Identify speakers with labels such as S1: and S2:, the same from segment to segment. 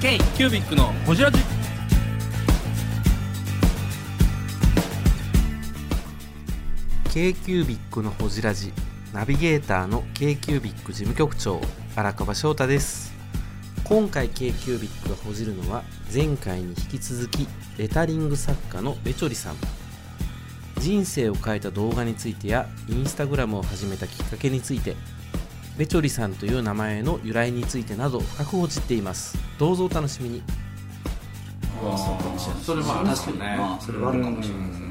S1: ケイキュービックのホジラジ
S2: ー K-Cubic のほじラジナビゲーターの K-Cubic 事務局長荒川翔太です今回 K-Cubic がほじるのは前回に引き続きレタリング作家のべちょりさん人生を変えた動画についてやインスタグラムを始めたきっかけについてべちょりさんという名前の由来についてなど深くほじっていますどうぞお楽しみに
S3: それは確かにね
S4: まあそれはあるかもしれないですね、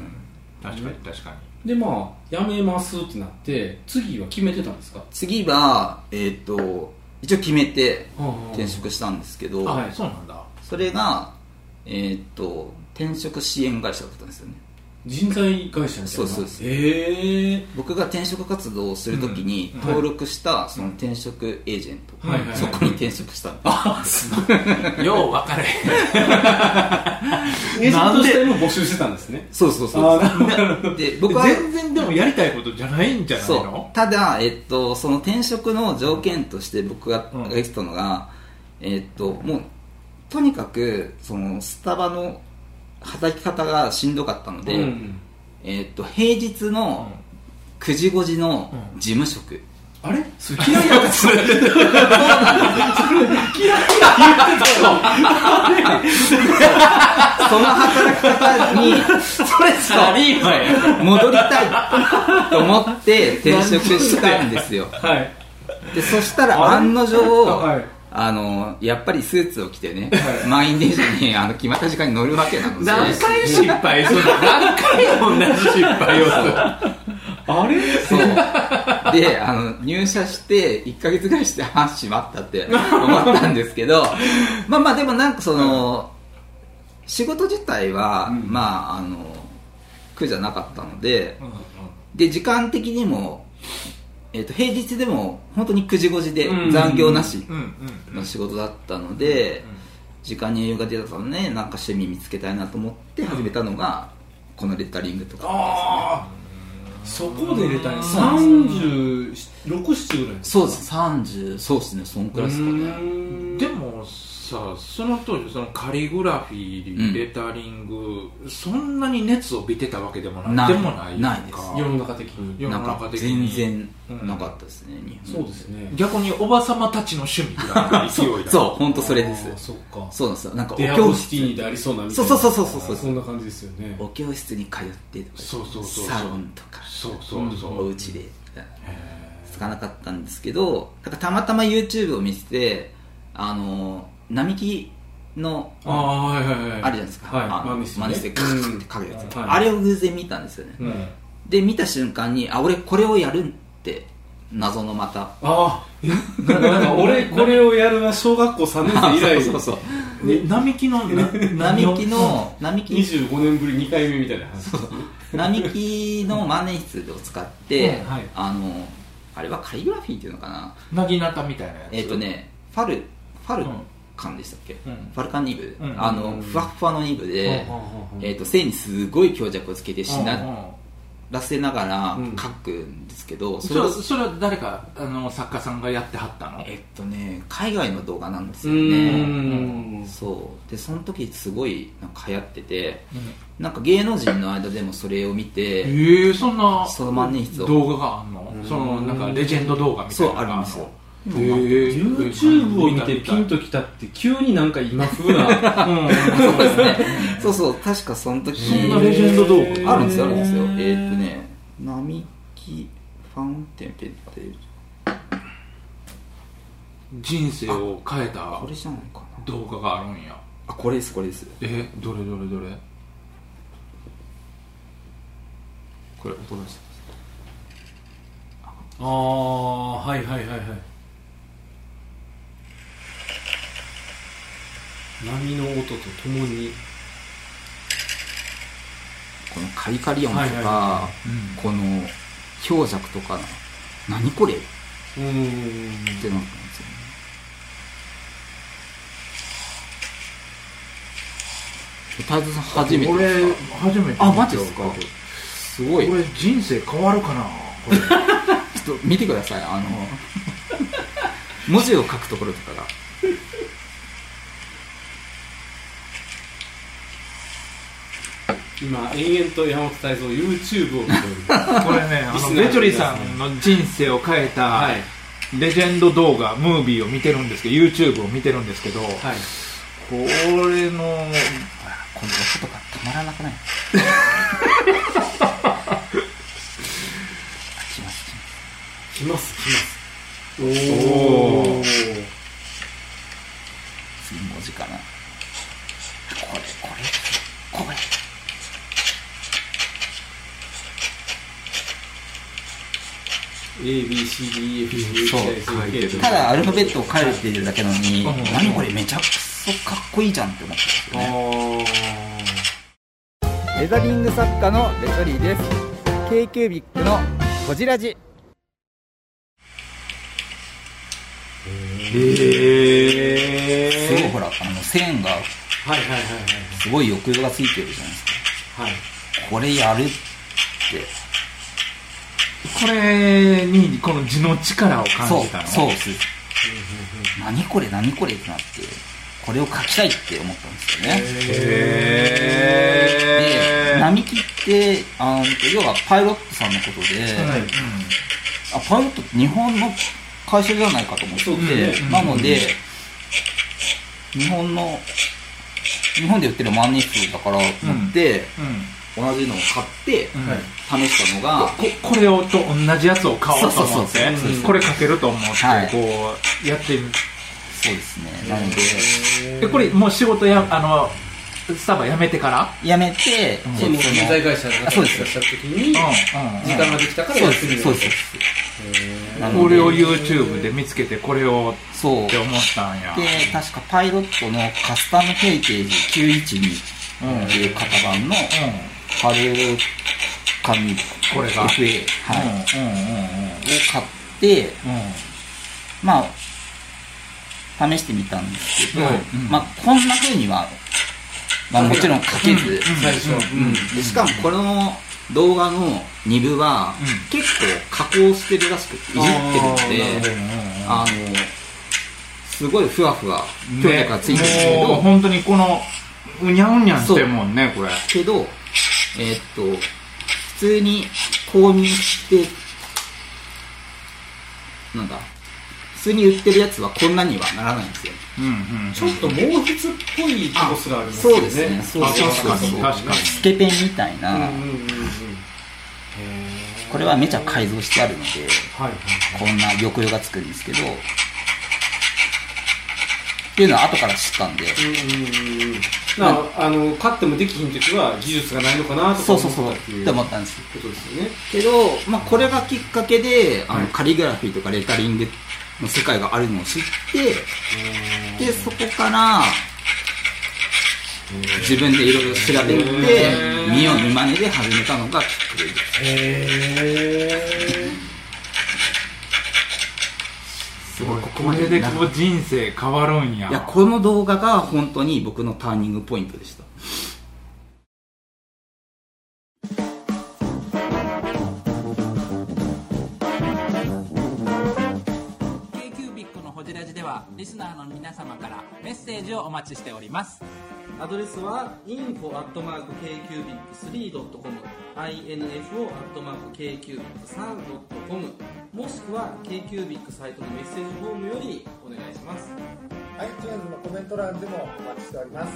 S3: 確かに確かに
S5: でまあ辞めますってなって次は決めてたんですか
S4: 次はえっ、と一応決めて転職したんですけど、
S5: はい
S3: そうなんだ
S4: それがえっ、と転職支援会社だったんですよね
S5: 人材会社みたいな
S4: そうそうそう
S5: へえ
S4: 僕が転職活動をするときに
S5: うん
S4: 登録したその転職エージェント、
S5: はいはいはい
S4: そこに転職したんで
S3: よう分かれ
S5: エージェン
S3: なん
S5: ト
S3: で
S5: しても募集してたんですね
S4: すそうそう
S5: あ
S4: そう
S5: ーな
S4: で僕は
S3: 全然でもやりたいことじゃないんじゃない
S4: そう
S3: の
S4: ただ、えっと、その転職の条件として僕が
S3: うん
S4: 挙げてたのが、えっと、もうとにかくそのスタバの働き方がしんどかったので、
S5: うん
S4: えっと、平日の9時5時の
S3: うん
S4: 事務職、
S5: あれそれ嫌いやつ嫌いや
S4: その働き方に
S3: それサラリーマンや
S4: 戻りたいと思って転職したんですよ
S5: つはい
S4: でそしたら
S5: あれ
S4: 案の定
S5: はい
S4: あのやっぱりスーツを着てね、満員電車にあの決まった時間に乗るわけなので
S3: 何回失敗するの何回同じ失敗をする
S5: あれ
S4: そう。で、あの、入社して、1ヶ月ぐらいして、あ、しまったって思ったんです けど、まあまあ、でもなんかその、仕事自体は、まあ、あの、苦じゃなかったので、で、時間的にも、えっと、平日でも、本当に9時5時で
S5: うん
S4: 残業なし
S3: うん
S4: の仕事だったので、時間に余裕が出たのね、なんか趣味見つけたいなと思って始めたのが、このレタリングとか。
S5: ああそこで入れたい3637ぐらい
S4: そうです、30、そうですね、そんくらいですかね。
S3: うんでもさその当時そのカリグラフィー、
S4: うん
S3: レタリングそんなに熱を帯びてたわけでもない
S4: ない
S3: でもない
S4: ないです
S3: か
S5: 世の中的に
S3: 世
S4: な
S3: の
S4: んか
S3: 中的
S4: 全
S3: に
S4: 然なかったですね、日本
S5: そうですね
S3: 逆におばさまたちの趣味ぐらいの勢いだね
S4: そう本当それです
S5: あーそっか
S4: そうなんですよなんかお
S5: デアボ
S4: 教
S5: シティ
S4: 室
S5: でありそうなみたい
S4: そう
S5: な
S4: そうそうそうそうそう
S5: そんな感じですよね
S4: お教室に通ってとか
S3: そうそうそう
S4: サロンとか
S3: そうそうそう、
S4: お家でみたいなつかなかったんですけどだからたまたま YouTube を見ててあの並木の
S5: ああはいはいはい
S4: あるじゃないですか、
S5: はい
S4: あの
S5: 真似してね
S4: 真似してカクカクってかけるやつ、
S5: うん
S4: あれを偶然見たんですよね、
S5: うん
S4: で見た瞬間にあ俺これをやるって謎のまた
S5: ああなんか俺これをやるな小学校3年生以来
S4: そうそうそう
S3: ね並木のな
S4: 並木の並木
S5: 25年ぶり2回目みたいな話
S4: 並木の万年筆を使って、
S3: うんはい
S4: あのあれはカリグラフィーっていうのかな
S3: なぎなたみたいなやつ
S4: えっ、とねファルファル
S3: うん
S4: カンでしたっけ、
S3: うん
S4: ファルカン2部、
S3: うん
S4: あのふわっふわの2部で、え
S5: え
S4: っと線にすごい強弱をつけてし
S3: うん
S4: な
S3: うん
S4: らせながら
S5: うん
S4: 書くんですけど、
S3: そ
S4: そ
S3: れ
S4: れ
S3: は
S4: を
S3: それは誰かあの作家さんがやってはったの
S4: えっ、とね海外の動画なんです
S5: う
S4: よ
S5: ー
S4: ね
S5: ん
S4: そうでその時すごいなんか流行っててなんか芸能人の間でもそれを見て、
S3: ええそんな
S4: その万年筆を
S3: 動画があんのそのなんかレジェンド動画みたい
S4: そ
S3: な
S4: う
S3: の
S4: あ
S3: が
S4: る
S3: の
S4: んですよ
S3: ええ
S5: YouTube を見てピン
S3: と
S5: ときたって急になんか今風なうん
S4: そうですね。そうそう、確かその時。
S5: そんなレジェンド動画
S4: あるんですよ、あるんですよ
S5: へ。
S4: え
S5: ー
S4: ーっとね、並木ファウンテンペンって、
S3: 人生を変えた
S4: これじゃないかな。
S3: 動画があるんや
S4: あ、これです、これです。
S3: えどれどれどれ
S4: これ、音出し
S5: ああはいはいはいはい波の音とともに
S4: たこのカリカリ音と
S5: はいはい
S4: か
S5: は、
S4: この強弱とか、何これって
S5: うーん
S4: なったんですよね。太蔵さん初めて
S3: 俺
S4: ですか
S3: 初めて
S4: あマジっすかすごい。
S3: これ人生変わるかなこれ
S4: ちょっと見てください、あの、文字を書くところとかが。
S6: 今延々と山本泰造 YouTube を見てお ります
S3: これねあ
S6: リスナー
S3: の
S6: の
S3: ベチョリさんの人生を変えた
S6: はい
S3: レジェンド動画ムービーを見てるんですけど YouTube を見てるんですけど、
S6: はい
S3: これの
S4: この音とかたまらなくない あ来ます
S6: 来ます来
S4: 来ます
S6: ますお
S3: お
S6: お
S4: 次文字かなこれこれこれ
S3: そう
S6: ABCDEFGHIJK
S4: ただアルファベットを変えるっていうだけなのに、
S3: うん
S4: 何これめちゃくそかっこいいじゃんって思ってますよね
S7: レザリング作家のレトリーです k q b i c の「こじらじ
S3: へ
S4: すごい
S3: え
S4: ほらあの線が
S6: はいはいはい
S4: すごい抑揚がついてるじゃないですか
S6: はいはい
S4: これやるって
S3: これにこの字の力を
S4: そ
S3: 感
S4: う
S3: じたの
S4: そうです何これ何これってなってこれを書きたいって思ったんですよ
S3: へ
S4: ね
S3: え
S4: で並木ってあの要はパイロットさんのことで、あパイロットって日本の会社じゃないかと思って
S6: そうです
S3: ね
S4: なので、日本の日本で売ってる万年筆だからと思って、同じのを買って、
S3: うん
S6: はい
S4: 試したのが、
S3: ここれをと同じやつを買おうと思っ
S4: そう
S3: て
S4: そう
S6: そうそう
S3: これかけると思って
S4: はい
S3: こうやってみ
S4: そうですねなので
S3: えこれもう仕事やあのスタバ辞めてから
S4: やめて、
S3: うん
S6: その
S4: えっと
S6: 人材会社の中にいらっしゃった時に
S3: うん
S6: 時間ができたから
S4: そう
S6: や
S4: で
S6: ってみよ
S4: すそう
S6: う
S4: ですな
S3: こ
S4: の
S3: れ
S4: で
S3: を YouTube で見つけてこれを
S4: そう
S3: って思ったんや
S4: で確かパイロットのカスタムヘイテージ912っていう型番の
S3: う
S4: 春紙
S3: これが
S4: FA、はい
S3: んうんうんうん
S4: を買って
S3: う
S4: まあ試してみたんですけど、
S3: はい
S4: まあ、こんな風には、まあ、もちろん書けず、
S6: 最初うん
S4: でしかもこの動画の2部は、
S3: うん
S4: 結構加工してるらしくてい
S3: ん
S4: じってるん
S3: で
S4: であのすごいふわふわ強弱がついてるんですけ
S3: もう
S4: ど、
S3: 本当にこのうにゃうにゃんしてるもんねこれ
S4: けどえーっと普通に購入してなんだ普通に売ってるやつはこんなにはならないんですよ
S3: うんうん
S6: ちょっと毛筆っぽい要素があります
S4: そ
S6: よ
S4: う
S6: ね
S4: ですねそう
S3: あ
S4: そう
S3: 確
S4: そう
S3: かに確かに
S4: スケペンみたいな、
S6: うんうんうんうん
S4: これはめちゃ改造してあるので
S6: はいはい
S4: こんな抑揚がつくんですけどっていうのは後から知ったんで
S6: うんうんうんうんなあの勝ってもできひん時は技術がないのかなとか
S4: そうそうそ
S6: 思
S4: う
S6: っ
S4: った
S6: っていう
S4: て
S6: こ
S4: 思ったんです
S6: とですよね
S4: けど、まあ、これがきっかけであのカリグラフィーとかレタリングの世界があるのを知ってでそこから自分でいろいろ調べて見よう見まねで始めたのがきっかけです
S3: すごいここまででこう人生変わるんや
S4: いやこの動画が本当に僕のターニングポイントでした
S8: k q b i c のホジラジではリスナーの皆様からメッセージをお待ちしております
S2: アドレスは info.kcubic3.com info.kcubic3.com もしくは KQBIC サイトのメッセージフォームよりお願いします
S9: iTunes のコメント欄でもお待ちしております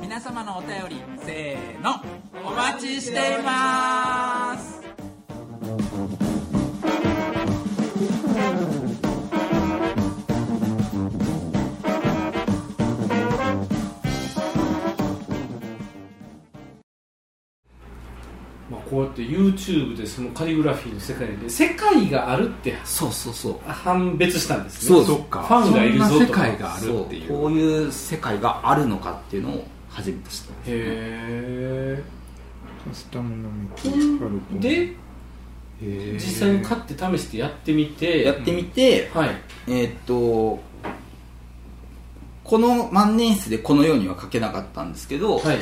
S8: 皆様のお便りせーのお待ちしています
S6: まあ、こうやって YouTube でそのカリグラフィーの世界で世界があるって
S4: そうそうそう
S6: 判別したんです
S4: そ
S6: ね
S4: う
S3: そっか
S6: ファンがいるぞと
S3: そんな世界があ
S4: そ
S3: るっていう
S4: こういう世界があるのかっていうのを初めて知った
S6: へ
S3: カスタムのミ
S6: えで実際に買って試してやってみて
S4: やってみて、
S6: はい
S4: えーっとこの万年筆でこのようには書けなかったんですけど、
S6: はい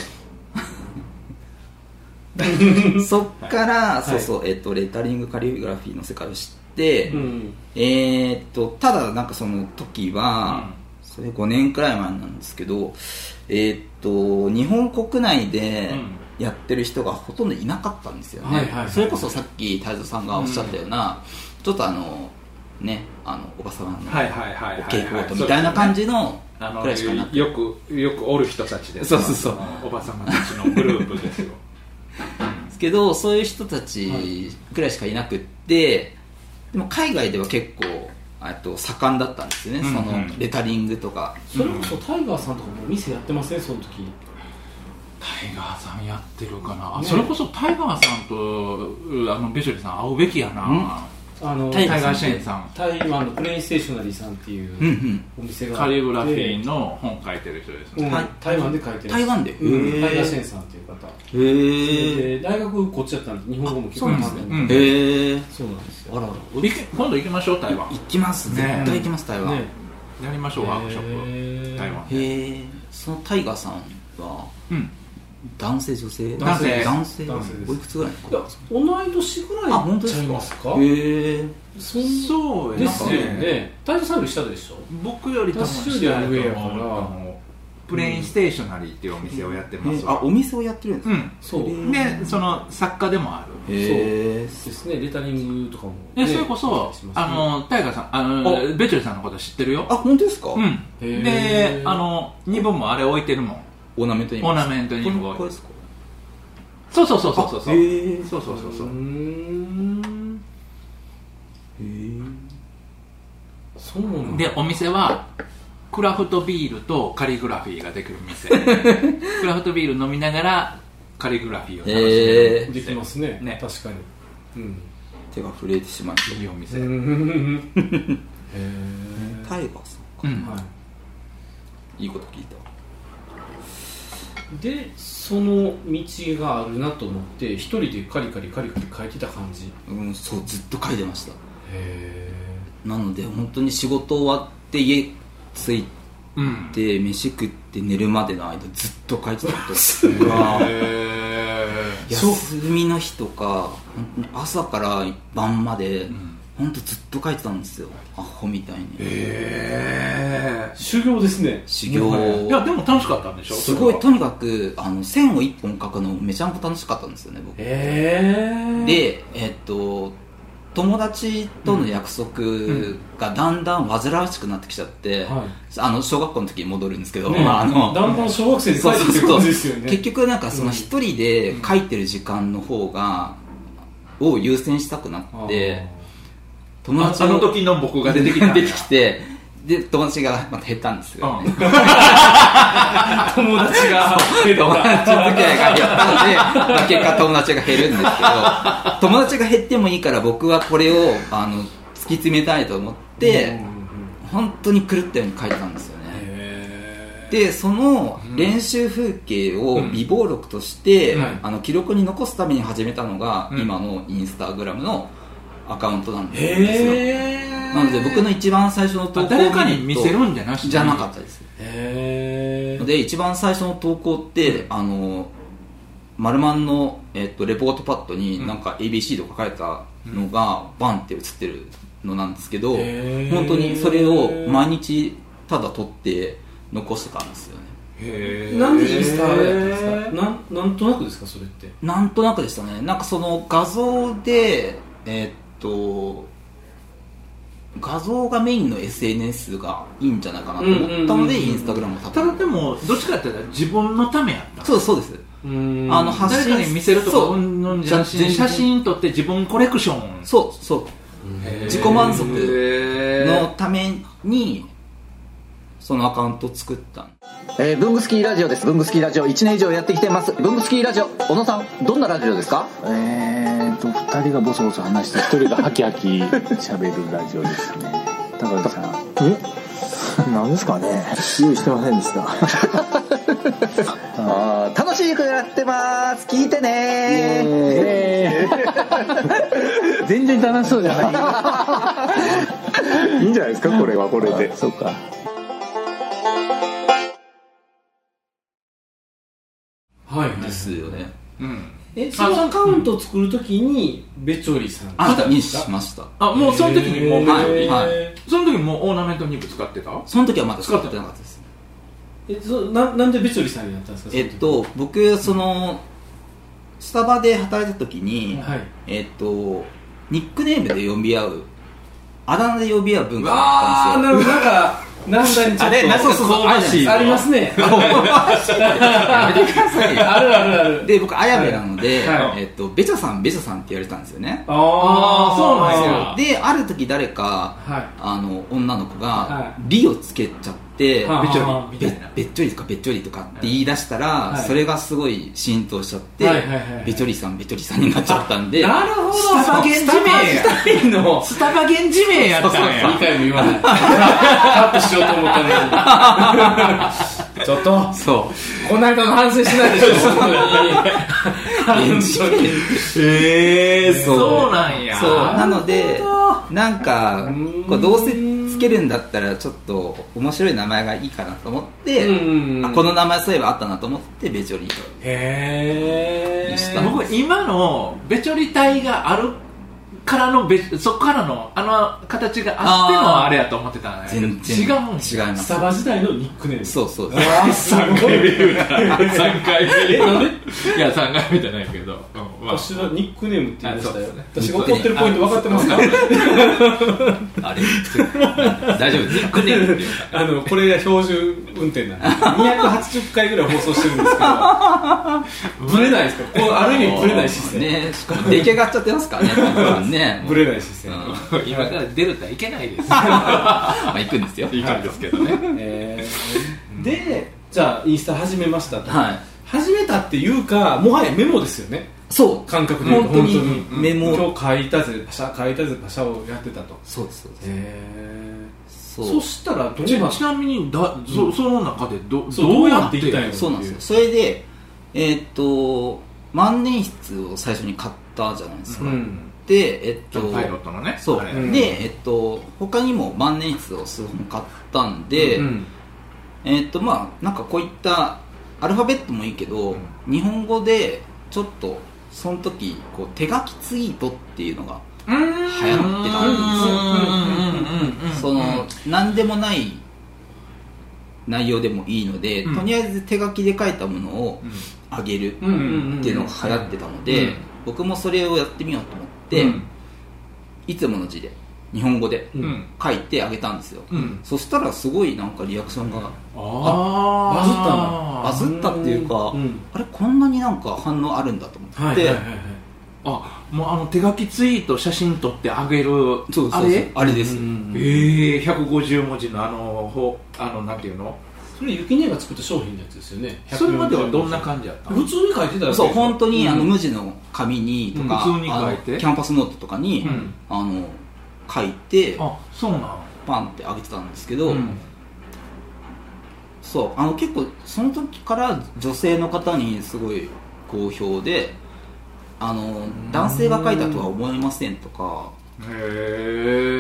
S4: そっから、
S6: い
S4: そうそう、えーっとレタリングカリグラフィーの世界を知って、
S6: うん
S4: えーっとただなんかその時は、それ5年くらい前なんですけどえーっと日本国内で、
S3: うん
S4: やってる人がほとんどいなかったんですよね、
S3: はいはいはい
S4: それこそさっき太蔵さんがおっしゃったような、ちょっとあのねあのおばさまの
S3: はいはいはいはい
S4: お稽古事みたいな感
S3: じ
S4: じの
S3: あ
S4: くらいしかなく
S3: のよくよくおる人たちです
S4: そうそうそう
S3: おばさまたちのグループですよ
S4: ですけどそういう人たちくらいしかいなくってでも海外では結構えっと盛んだったんですよね、
S3: うんうん
S4: そのレタリングとか
S6: それこそタイガーさんとかもお店やってませんその時
S3: タイガーさんやってるかな、あそれこそタイガーさんとうあのビショリさん会うべきやな、
S4: うん
S6: あの
S3: タ
S6: タ
S3: イ
S6: イ
S3: ガ
S6: ガ
S3: ー
S6: ー
S3: シェーンさん
S6: マンのプレインステーショナリーさんっていう
S4: うんうん
S6: お店があ
S3: カ
S6: って
S3: リグラフィーの本書いてる人です
S6: う
S3: ね、
S6: ん
S4: 台
S6: 台湾で書いてる
S4: 台湾で
S6: うんタイガーシェーンさんっていう方
S4: へえ
S6: で大学こっちだったんで日本語も結構
S3: あ
S6: な
S3: そうなんですね
S6: んで
S4: へえ
S6: そうなんですよ
S4: あら
S3: 行け今度行きましょう台湾
S4: 行きます絶対行きます台湾
S6: ね
S3: やりましょうワークショップ
S6: へー
S3: 台湾で
S4: へえそのタイガーさんは
S3: うん
S4: 男性女性
S3: 男性
S4: 男性
S6: 男性です
S4: おいくつぐらい
S6: いや同い年ぐらい
S4: あ本当です
S6: ちゃ
S4: か
S6: いますか
S4: へえ
S6: そん
S3: そう
S6: で
S3: や
S6: すよね大丈さんより下でしょ
S3: 僕より多分
S6: 私よりは上やから
S3: 下と思うプレインステーショナリーっていうお店をやってます
S4: あ
S3: わ
S4: お店をやってるんです
S3: う
S4: か
S3: ん
S6: そう
S3: でその作家でもある
S4: へえ
S6: ですねレタリングとかも
S3: で
S6: ね
S3: それこそ
S6: しますね
S3: あのタイガーさんあのベチョリさんのこと知ってるよ
S4: あ本当ですか
S3: う
S6: へ
S3: ん
S6: ー
S3: であの2分もあれ置いてるもん
S4: オーナメントに
S3: オーナメントにも
S4: これですか
S3: そうそうそうそうそうそう
S4: へえ
S3: そうそうそうそう
S6: うーんそうなんだ
S3: でお店はクラフトビールとカリグラフィーができる 店クラフトビール飲みながらカリグラフィーを楽しめる
S4: へ
S6: できますね
S3: ね
S6: 確かにうん
S4: 手が震えてしまいまし
S3: いいお店、うん
S6: へ
S4: たタイガーさんいいこと聞いた
S6: いでその道があるなと思って一人でカリカリカリカリ書いてた感じへ
S4: うんそうずっと書いてました
S6: え
S4: なので本当に仕事終わって家着い
S3: うん
S4: て飯食って寝るまでの間ずっと書いてたことですうわ
S3: へえ
S4: 休みの日とか本当に朝から晩まで
S3: ん
S4: 本当ずっと書いてたんですよアホみたいに
S3: え
S6: 修行ですね
S4: 修行
S3: いやでも楽しかったんでしょ
S4: すごい
S3: そ
S4: とにかくあの線を1本描くのめちゃんこ楽しかったんですよね僕
S6: へえ
S4: でえっと友達との約束がだんだん煩わしくなってきちゃって、
S6: は
S4: あの小学校の時に戻るんですけど、
S6: ね
S4: まあ、あの
S6: だんだん小学生に帰
S4: そ
S6: っ
S4: う
S6: て
S4: そう
S6: きてる
S4: そう
S6: 感じですよね
S4: 結局なんかその一人で書いてる時間の方が、を優先したくなって
S3: れ
S4: 友
S3: は
S4: 達
S3: ああの時の僕が出てき たんや
S4: 出てきてで友達がまた減ったんですよ、ね
S3: うん
S6: あー友達が
S4: 友達付き合いが減ったんで、まあ、結果友達が減るんですけど友達が減ってもいいから僕はこれをあの突き詰めたいと思って本当に狂ったように書いたんですよねでその練習風景を
S3: ん
S4: 微暴録として、
S3: うん
S4: あの記録に残すために始めたのが、
S3: うん
S4: 今のインスタグラムのアカウントなんですよ
S6: へえ
S4: なので僕の一番最初の投稿を見る
S3: 誰
S4: と
S3: かに見せるんじゃなし
S4: じゃなかったです
S6: へ
S4: で一番最初の投稿って、あのマルマンの、えっとレポートパッドになんか ABC とか書いたのがバンって写ってるのなんですけど、
S6: へー
S4: 本当にそれを毎日ただ撮って残してたんですよね
S3: へ
S6: え
S3: え
S6: なんでインスタやったんですかなんなんとなくですかそれって
S4: なんとなくでしたねなんかその画像でえっと画像がメインの SNS がいいんじゃないかなと思った
S6: うんうんう
S4: の
S6: んうん
S4: でインスタグラムを立て
S3: ただでもどっちかって言ったら自分のためやった
S4: そうですそうです
S6: うーん
S4: あの発
S3: 誰
S4: 信
S3: かに見せると
S4: そ
S3: か
S4: う
S3: うんぬんじゃなしに
S4: 全然
S3: 写真撮って自分コレクション
S4: そうそう自己満足のためにそのアカウントを作ったん
S8: えー、ブングスキーラジオです。ブングスキーラジオ1年以上やってきてます。ブングスキーラジオ、小野さん、どんなラジオですかえーと、2人がボソボソ話して、1人がハキハキ喋るラジオですね。高橋さん。え何ですかね用意してませんで した。あー楽しくやってます。聞いてね全然楽しそうじゃない。いいんじゃないですか、これはこれで。そうか。
S6: はいはい
S4: ですよね
S3: うん
S6: えそのアカウントを作るときにベチョリさん
S4: あ
S6: た
S4: にしました
S3: あもうその時にもう
S4: はいはい
S3: その時もうオーナメント2部使ってた
S4: その時はまだ使ってなかったです
S6: えそななんでベチョリさんになったんですか
S4: えっと僕そのスタバで働いた時に、
S6: はい
S4: えっとニックネームで呼び合うあだ名で呼び合う文化があ
S6: あ
S4: った
S6: あ
S4: ん
S6: な
S4: ですよ
S6: るほどなんかなんだにちょっ
S4: あれ
S6: と
S4: なんか香ばしい
S6: ありますね
S4: やめてくださいよ
S6: あるあるある
S4: で僕あやべなので、
S6: はいは
S4: えっとベチャさんベチャさんって言われてたんですよね
S6: ああそうなんですよ
S4: である時誰か
S6: は
S4: あの女の子が、
S6: は
S4: リをつけちゃって、
S6: はい
S4: べっちょりべっちょりとかべっちょりとかって言い出したら、
S6: い
S4: それがすごい浸透しちゃって、
S6: はいはいはいはい
S4: べっちょりさんべっちょりさんになっちゃったん
S6: い
S4: で
S6: なるほど
S3: スタバ源氏名や
S4: 二人の
S3: スタバ源氏名やったん
S6: 2
S3: や
S6: 回も言わないカットしようと思ったのにちょっと
S4: そ
S6: この間の反省しないでしょ本当に
S4: う
S1: ええ
S3: そうなんや
S4: そうなのでなんか
S6: ん
S4: こうどうせつけるんだったらちょっと面白い名前がいいかなと思って、
S6: うん
S4: あこの名前そういえばあったなと思ってべちょりと
S6: へえ
S4: にした
S3: 僕今のべちょり体があるからのべそこからのあの形があっての
S4: あー
S3: あれやと思ってたんやけど
S4: 全然
S3: 違うん
S4: 違い
S3: や
S4: ます
S6: スタバ時代のニックネーム
S4: そうそう
S6: あ3回目言うた
S3: 3回目
S6: えなんで
S3: いや3回目じゃないけど、うんまあ
S6: 私のニックネームって言いましたよ、
S3: あそうで
S6: 私が怒ってるポイント分かってますか
S4: あれ大丈夫ですか
S6: あのこれが標準運転なんで280回ぐらい放送してるんですけどブレないですかこうある意味ブレない姿勢
S4: ねしかも出来上がっちゃってますからね多分ね
S6: ブレない姿勢、
S4: うん ま
S3: 今から出るとはいけないです
S4: あ行くんですよ
S3: いいんですけどね
S6: えーでじゃあインスタ始めましたと、
S4: はい
S6: 始めたっていうかもはやメモですよね
S4: そう
S6: 感覚で言うと
S4: 本当にメモ
S6: 今日書いたぜパシャ書いたぜパシャをやってたと
S4: そうですそうです
S6: へ
S4: そ
S6: そうそしたらど う
S3: ち
S6: なっ
S3: ちなみにだそその中でど
S6: そう
S3: どうやって
S6: どうやっていったんや
S4: そうなんですよそれでえーっと万年筆を最初に買ったじゃないですか、
S6: うん
S4: でえっ
S3: ち
S4: と
S3: ょっとパイロットのね
S4: そう、
S3: あれ
S6: ん
S4: でえっと他にも万年筆を数本買ったんで、
S6: うん
S4: えっとまあなんかこういったアルファベットもいいけど、日本語でちょっとその時こう手書きツイートっていうのが
S3: 流行
S4: 流行ってたん
S3: です
S4: その何でもない内容でもいいので、
S3: うん
S4: とりあえず手書きで書いたものをあげるって
S6: うんうんうん
S4: いうのが流行ってたので、
S3: うん
S4: 僕もそれをやってみようと思って、
S3: うん
S4: いつもの字で日本語で
S3: ん
S4: 書いてあげたんですよ、
S3: うん
S4: そしたらすごいなんかリアクションが
S3: あ
S6: バズったんだ
S4: バズったっていうか、
S6: うん
S4: あれこんなになんか反応あるんだと思って、
S6: はいはいはいはい
S3: あもうあの手書きツイート写真撮ってあげる
S4: そうそうそう
S3: あれ
S4: あれです、
S3: ええ150文字のあのほあのなんていうの
S6: それゆきねが作った商品のやつですよね
S3: それまではどんな感じやったの
S6: 普通に書いてたら
S4: そう本当にあの
S6: うん
S4: 無地の紙にとか、
S3: うん普通に書いて
S4: あのキャンパスノートとかに、
S3: うん
S4: あの書いて
S3: あそうなん
S4: パンってあげてたんですけど、
S3: うん
S4: そうあの結構その時から女性の方にすごい好評であの男性が書いたとは思えませんとか
S3: へ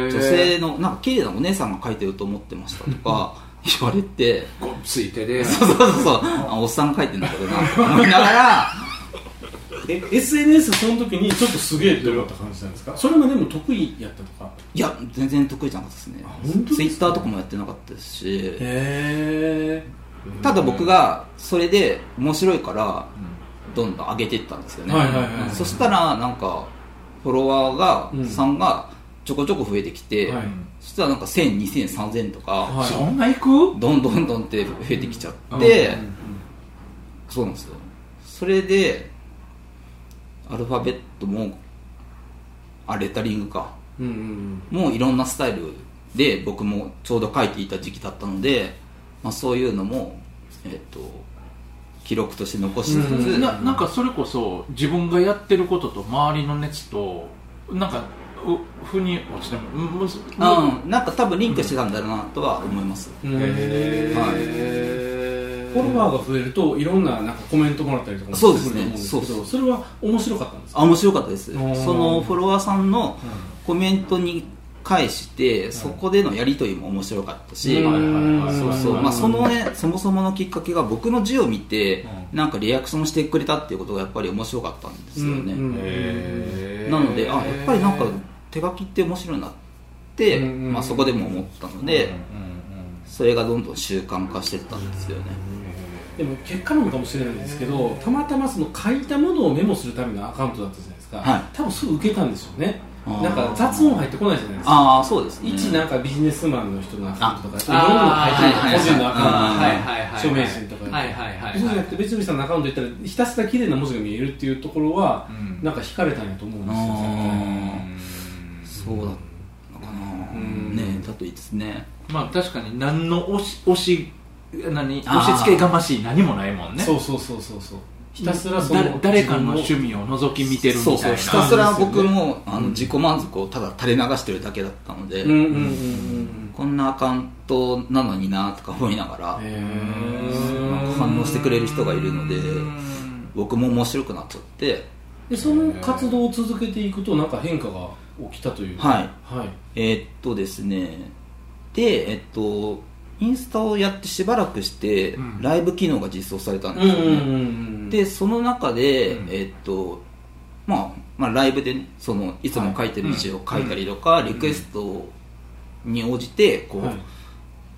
S3: え
S4: 女性のなんか綺麗なお姉さんが書いてると思ってましたとか言われて
S3: こうついてで
S4: そうそうそうそうあおっさんが書いてんだけどなと思いながら
S6: え SNS その時にちょっとすげえって思った感じなんですかそれもでも得意やったとか
S4: いや全然得意じゃなかったですね
S6: 本当ですか
S4: ツイッターとかもやってなかったですし
S6: へ
S4: ただ僕がそれで面白いからどんどん上げていったんですよね、
S6: はいはいはいはい
S4: そしたらなんかフォロワーが、
S6: うん
S4: さんがちょこちょこ増えてきて、
S6: えはい
S4: そしたらなんか1000、2000、3000とか、
S6: はい
S3: そんな行く
S4: どんどんどんって増えてきちゃって、
S6: うんうんうん
S4: そうなんですよそれでアルファベットもあレタリングか
S6: うんうん
S4: もういろんなスタイルで僕もちょうど書いていた時期だったので、まあ、そういうのも、えっと記録として残しつつ、
S6: うん
S3: ななんかそれこそ自分がやってることと周りの熱となんかう腑に落ちてもうう
S4: うん、なんか多分リンクしてたんだろうなとは思います、
S6: うんへえ
S4: はい
S6: フォロワーが増えるといろんななんかコメントもらったりとかも
S4: そうですね
S6: してくると思うんですけどそれは面白かったんですか
S4: あ面白かったですそ
S6: うん
S4: のフォロワーさんのコメントに返してそこでのやり取りも面白かったし、
S6: うん
S4: そうそうまあ、そのねそもそものきっかけが僕の字を見てなんかリアクションしてくれたっていうことがやっぱり面白かったんですよね、
S6: うんうん
S4: なのであやっぱりなんか手書きって面白いなって、
S6: うんうん
S4: まあ、そこでも思ったので、それがどんどん習慣化してったんですよね、
S6: へでも結果論かもしれないんですけどたまたまその書いたものをメモするためのアカウントだったじゃないですか、
S4: はい
S6: 多分すぐ受けたんでしょうね
S4: あー
S6: なんか雑音入ってこないじゃないですか
S4: ああそうですね
S6: 一なんかビジネスマンの人のアカウントとかそういうの
S3: あ
S6: 入って
S4: あー
S6: る個人のアカウント
S4: はいは
S3: は
S4: い
S3: いはい
S6: 署名人とか
S3: はいはいはい
S6: そうじゃなくて別にさんのアカウント行ったらひたすら綺麗な文字が見えるっていうところは、
S3: うん
S6: なんか惹かれたんやと思うんですよ絶対
S4: ああそうだったのかな
S6: うん
S4: ねだといいですね
S3: まあ確かに何の押し押し何
S4: あー
S3: 押し付けがましい何もないもんね
S6: そうそうそうそうそうひたすらその
S3: 誰誰かの
S6: 自
S3: 趣
S6: 分
S3: 味を覗き見てるみた
S4: そ
S3: いうな
S4: そうひたすら僕もあの自己満足をただ垂れ流してるだけだったので、
S6: うんうんうんうん
S4: こんなアカウントなのになとか思いながら、
S6: へ
S4: なん
S6: ー
S4: か反応してくれる人がいるので僕も面白くなっちゃって
S6: でその活動を続けていくとなんか変化が起きたという
S4: はい
S6: はい
S4: えーっとですねでえっとインスタをやってしばらくして、
S3: うん
S4: ライブ機能が実装されたんで
S6: う
S4: す
S6: ん
S4: よ
S6: う
S4: ね、
S6: んうん
S4: でその中で、
S3: うん
S4: えっとまあ、まあライブでねそのいつも書いてる字を書いたりとか、リクエストに応じてこう、
S6: はい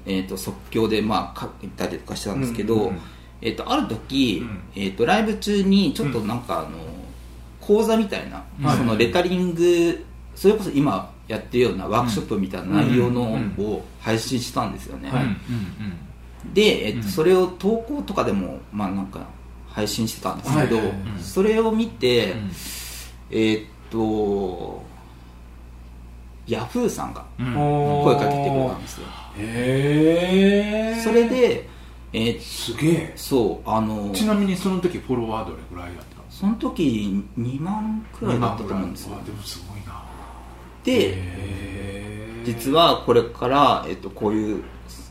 S4: えっと即興でまあ書いたりとかしてたんですけど、
S3: うんうんうん
S4: えっとある時、
S3: うん
S4: えっとライブ中にちょっとなんかあの、講座みたいな、
S6: はい
S4: そのレタリングそれこそ今やってるようなワークショップみたいな内容のを配信したんですよね、
S6: はい
S4: で、えっと
S3: うん
S4: それを投稿とかでも、まあ、なんか配信してたんですけど、
S6: はいはいはい
S3: うん
S4: それを見て、
S3: うん
S4: えっとヤフーさんが
S3: うんうん
S6: おー
S4: 声かけてくれたんですよ
S6: へえ
S4: それで、えー
S3: すげえ
S4: そうあの
S3: ちなみにその時フォロワーどれぐらいだった
S4: その時2万くらいだったと思うんですよ
S3: あでもすごいな
S4: で実はこれから、えっと、こういう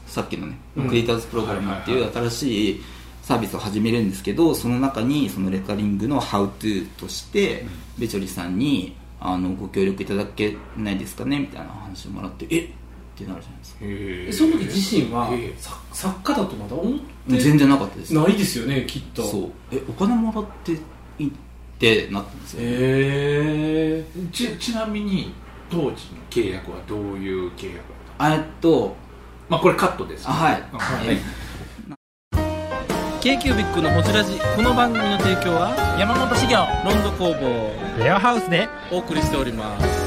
S4: さっきのね、
S6: うん
S4: クリエイターズプログラムってい
S3: はいう
S4: 新しいサービスを始めるんですけどその中にそのレタリングの「HowTo」として、べちょりさんにあのご協力いただけないですかねみたいな話をもらってえっってなるじゃないですか
S3: へ
S6: え
S3: え
S6: その時自身は
S3: へえ
S6: さ作家だとまだ思って
S4: 全然なかったです
S6: ないですよねきっと
S4: そうえお金もらっていいってなったんですよ、
S6: へえ
S3: ちちなみに当時の契約はどういう契約だったの
S4: あえっと
S3: まあこれカットです
S4: あはい、
S3: はい
S4: えっ
S2: k q b i c のホジラジこの番組の提供は
S10: 山本修行
S2: ロンド工房
S11: レアハウスで
S2: お送りしております